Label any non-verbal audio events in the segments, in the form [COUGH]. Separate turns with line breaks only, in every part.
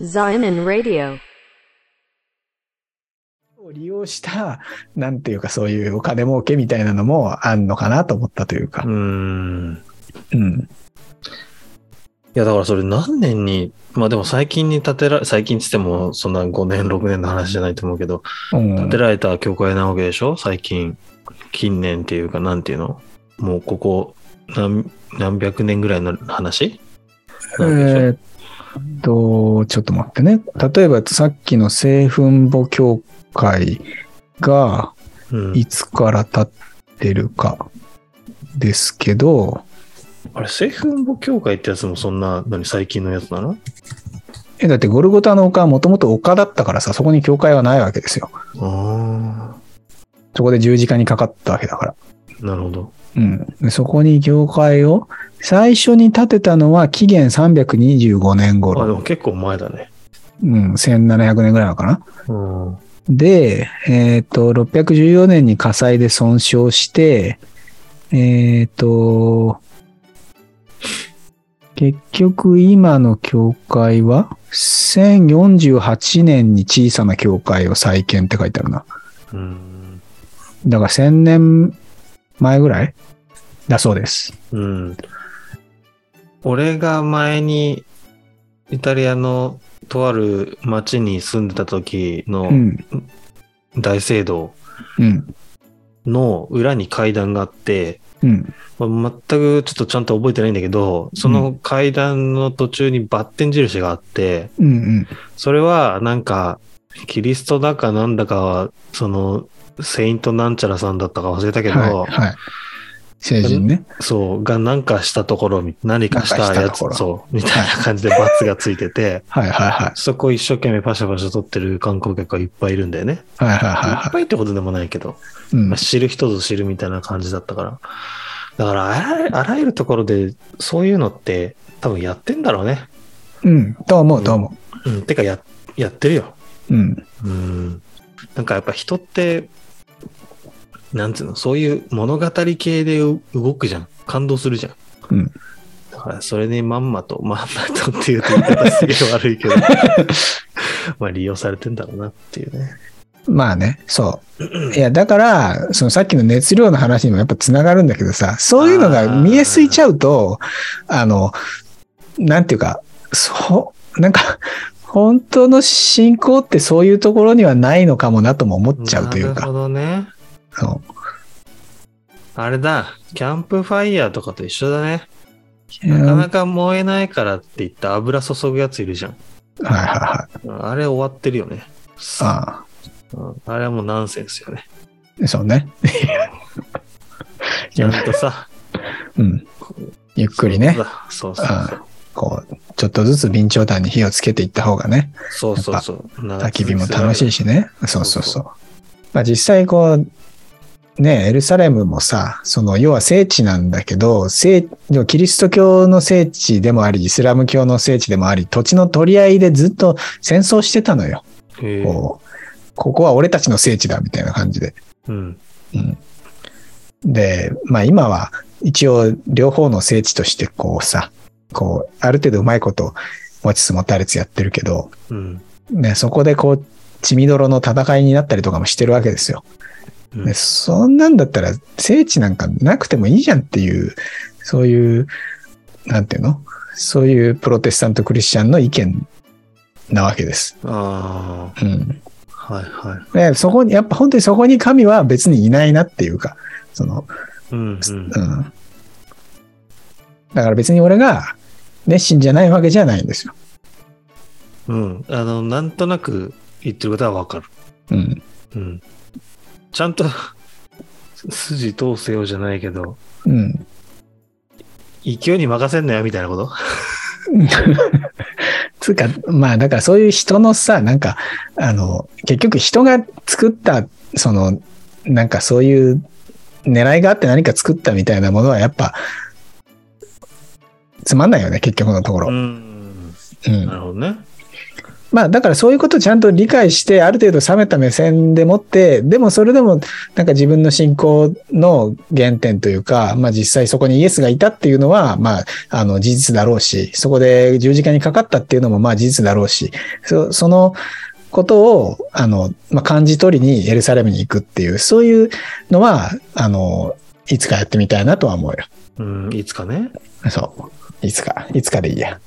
Zion Radio.
を利用した、なんていうかそういうお金儲けみたいなのもあんのかなと思ったというか
う。ーん。
うん。
いや、だからそれ何年に、まあでも最近に建てら、最近っつってもそんな5年、6年の話じゃないと思うけど、
うん。
建てられた教会なわけでしょ最近。近年っていうか、なんていうのもうここ何、何百年ぐらいの話なわけでしょ
えーっと、ちょっと待ってね。例えばさっきの聖墳墓協会が
うん
い、つから経ってるかですけど、
あれ、政府母教会ってやつもそんな、何、最近のやつなの
え、だってゴルゴタの丘はもともと丘だったからさ、そこに教会はないわけですよ。
あ
そこで十字架にかかったわけだから。
あ、なるほど。
うん。でそこに教会を、最初に建てたのは紀元325年
あ、で
頃。
も結構前だね。
うん、1700年ぐらいなのかな。
うん。
で、えっ、と、614年に火災で損傷して、えっ、と、結局今の教会は、1048年に小さな教会を再建って書いてあるな。
うん。
だから1000年前ぐらいだそうです。
うん。俺が前にイタリアのとある町に住んでた時
う
の
ん。
大聖堂
うん。
の裏に階段があって、
うん。
まあ全くちょっとちゃんと覚えてないんだけど、その階段の途中にバッテン印があって、
うん。うん。
それはなんか、キリストだかなんだかは、その、セイントなんちゃらさんだったか忘れたけど、
はい、はい。成人ね。
そう、が何かしたところ、何かし
なんか
た
した
や
と
つ
ころ、
そう、みたいな感じでバツがついてて、
はいはいはい。
そこ一生懸命パシャパシャ撮ってる観光客がいっぱいいるんだよね。
はいはい
い
はい
っ
は
ぱいってことでもないけど、
い。うん
まあ、。知る人ぞ知るみたいな感じだったから。だからあらゆ、あらゆるところで、そういうのって多分やってんだろうね。
うん。どう思うどう思
うん、てかや、やってるよ。
う。うん。
うん。なんかやっぱ人って、なんつうの、そういう物語系でう動くじゃん。感動するじゃん。
うん。
だから、それにまんまと、まんまとっていうと言い方すげえ悪
[LAUGHS]
いけど、まあ利用されてんだろうなっていうね。
まあね、そう。いや、だから、そのさっきの熱量の話にもやっぱつながるんだけどさ、そういうのが見えすいちゃうと、あの、なんていうか、そう、なんか、本当の信仰ってそういうところにはないのかもなとも思っちゃうという
なる
か
ほ、どね。
そう。
あれだ、キャンプファイヤーとかと一緒だね。
うんは
なか
い
なか燃えないからって言って油注ぐやついるじゃん。
はいはい。
あれ終わってるよね。
あ
うんあれはもうナンセンスよね。
あ、そうね。
ちゃんとさ、
うん。ゆっくりね
そう。だそうそうそう。
こう、ちょっとずつ備長炭に火をつけていった方がね、
そうそうそう。焚
焚き火も楽しい
し。
しね。そうそう
そ
そうう。まあ実際こう、ね、エルサレムもさ、その要は聖地なんだけど、聖でもキリスト教の聖地でもあり、イスラム教の聖地でもあり、土地の取り合いでずっと戦争してたのよ。
へえ
こう、ここは俺たちの聖地だみたいな感じで。
うん。
うんで、まあ今は一応両方の聖地としてこうさ、こう、ある程度うまいこと持ちつ持たれつやってるけど、
うん。
ね、そこでこう、血みどろの戦いになったりとかもしてるわけですよ。
うん
ね、そんなんだったら聖地なんかなくてもいいじゃんっていう、そういう、なんていうのそういうプロテスタントクリスチャンの意見なわけです。
あ
うん。
あ、はいは
でそこに、やっぱ本当にそこに神は別にいないなっていうか、その、
い。うんうん。
うん。だから別に俺が熱心じゃないわけじゃないんですよ。
うん。あの、なんとなく言ってることはわかる。
うん。
うん。ちゃんと [LAUGHS] 筋通せようじゃないけど、
うん。
勢いに任せんなよみたいなこと
つうか、まあだからそういう人のさ、なんか、あの、結局人が作った、その、なんかそういう狙いがあって何か作ったみたいなものはやっぱ、つまんないよね、結局のところ。
ん。
うん
な。るほどね。
まあだからそういうことをちゃんと理解して、ある程度冷めた目線でもって、でもそれでもなんか自分の信仰の原点というか、まあ実際そこにイエスがいたっていうのは、まああの事実だろうし、そこで十字架にかかったっていうのもまあ事実だろうし、そそのことを、あの、まあ感じ取りにエルサレムに行くっていう、そういうのは、あの、いつかやってみたいなとは思うよ。
うん、いつかね。
そう。いつか、いつかでいいや。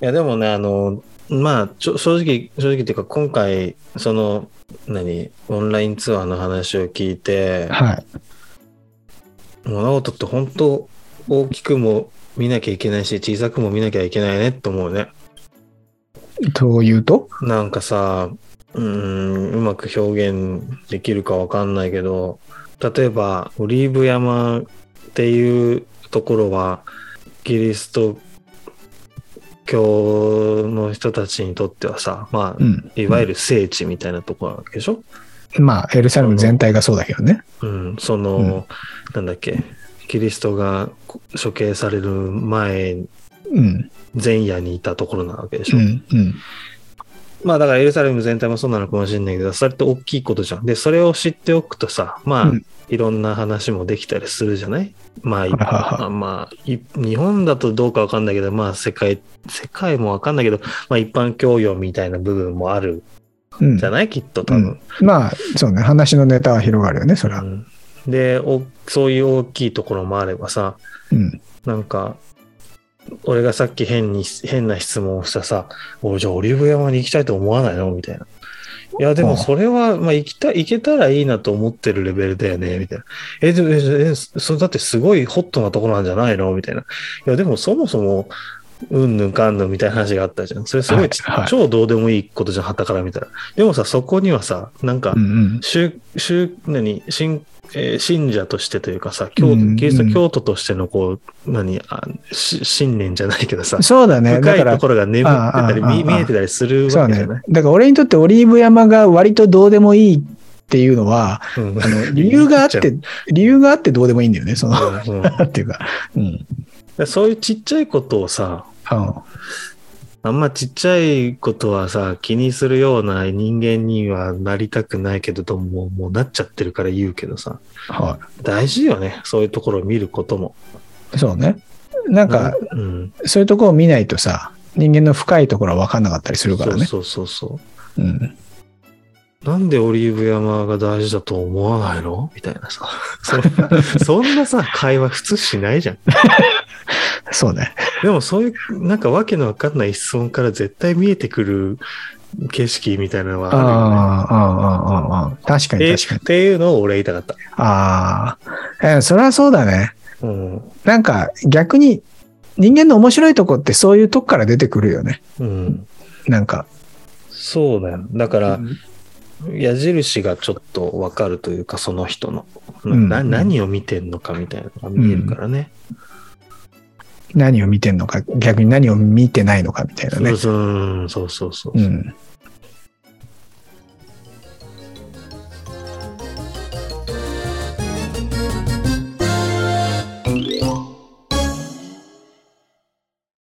いや、でもね、あの、まあ、ちょ正直、正直っていうか、今回、その、何、オンラインツアーの話を聞いて、
はい。
物事って本当、大きくも見なきゃいけないし、小さくも見なきゃいけないねって思うね。
というと
なんかさ、うーん、うまく表現できるかわかんないけど、例えば、オリーブ山っていうところは、キリスト教の人たちにとってはさ、まあ、
ん
いわゆる聖地みたいなところなわけでしょ、
まあ、エルサレム全体がそうだけどね。
うん、その、
うん
なんだっけ、キリストが処刑される前、
うん。
前夜にいたところなわけでし
う
ょ、
ん。うん。
まあだからエルサレム全体もそうなのかもしれないけど、それって大きいことじゃん。で、それを知っておくとさ、まあ、
うん
いろんな話もできたりするじゃないまあい、
はは
まあまあい日本だとどうかわかんないけど、まあ世界、世界もわかんないけど、まあ一般教養みたいな部分もある
うん
じゃない、きっと多分。
まあ、そうね。話のネタは広がるよね、それ
う
は。
んでお、そういう大きいところもあればさ、
うん。
なんか、俺がさっき変に、変な質問をしたさ、俺じゃあオリーブ山に行きたいと思わないのみたいな。いや、で
う
も
ん
それは、まあ、行きた、行けたらいいなと思ってるレベルだよね、みたいな。え、でも、え、えそだってすごいホットなところなんじゃないのみたいな。いや、でもそもそも、うんぬんかんぬんみたいな話があったじゃん。それすごいち、
はいはい
超どうでもいいことじゃん、はたから見たら。でもさ、そこにはさ、なんか
う、ん。
宗宗何信えー信者としてというかさ、教
うん
キリス
う
ト
ん
教徒としてのこう、何あし信念じゃないけどさ、
そうだね。
深
だ
い
か
と
ら
こ、ろが眠ってたり、
ああああ
見見えてたりする
そ
わ
う
けじゃ
ね
ない。
だから俺にとってオリーブ山が割とどうでもいいっていうのは、
うん
あ
[LAUGHS]
の理由があっ
言
て、理由があってどうでもいいんだよね、その、
っちゃううんうんだか
なんていうか。うん。
らそういうちっちゃいことをさ、
あ
あんまちっちゃいことはさ、気にするような人間にはなりたくないけれども、もうなっちゃってるから言うけどさ、
は
大事よね。そういうところを見ることも。
い。そうね。なんか、
うん。
そういうところを見ないとさ、人間の深いところは分かんなかったりするからね。
そうそうそうそう。
うん。
なんでオリーブ山が大事だと思わないのみたいなさ。 [LAUGHS] そんなそんなさ、会話普通しないじゃん。
そうね。
でもそういう、なんかわけのわかんない質問から絶対見えてくる景色みたいなの
ああ、
はあ
ああ、ああ、確か
るよ
に
ね。
確か
えっ
に。
ていうのを俺言いたかった。
ああ、えそれはそうだね。
うん。
なんか逆に人間の面白いとこってそういうとこから出てくるよね。
うん。
なんか。
そうだよ。だか
う
ら、
ん
矢印がちょっとわかるというか、その人の。
うん
な何を見てんのかみたいなのが見えるからね。
何を見てんのか、逆に何を見てないのかみたいなね。
そうそうそうそうそう。
うん。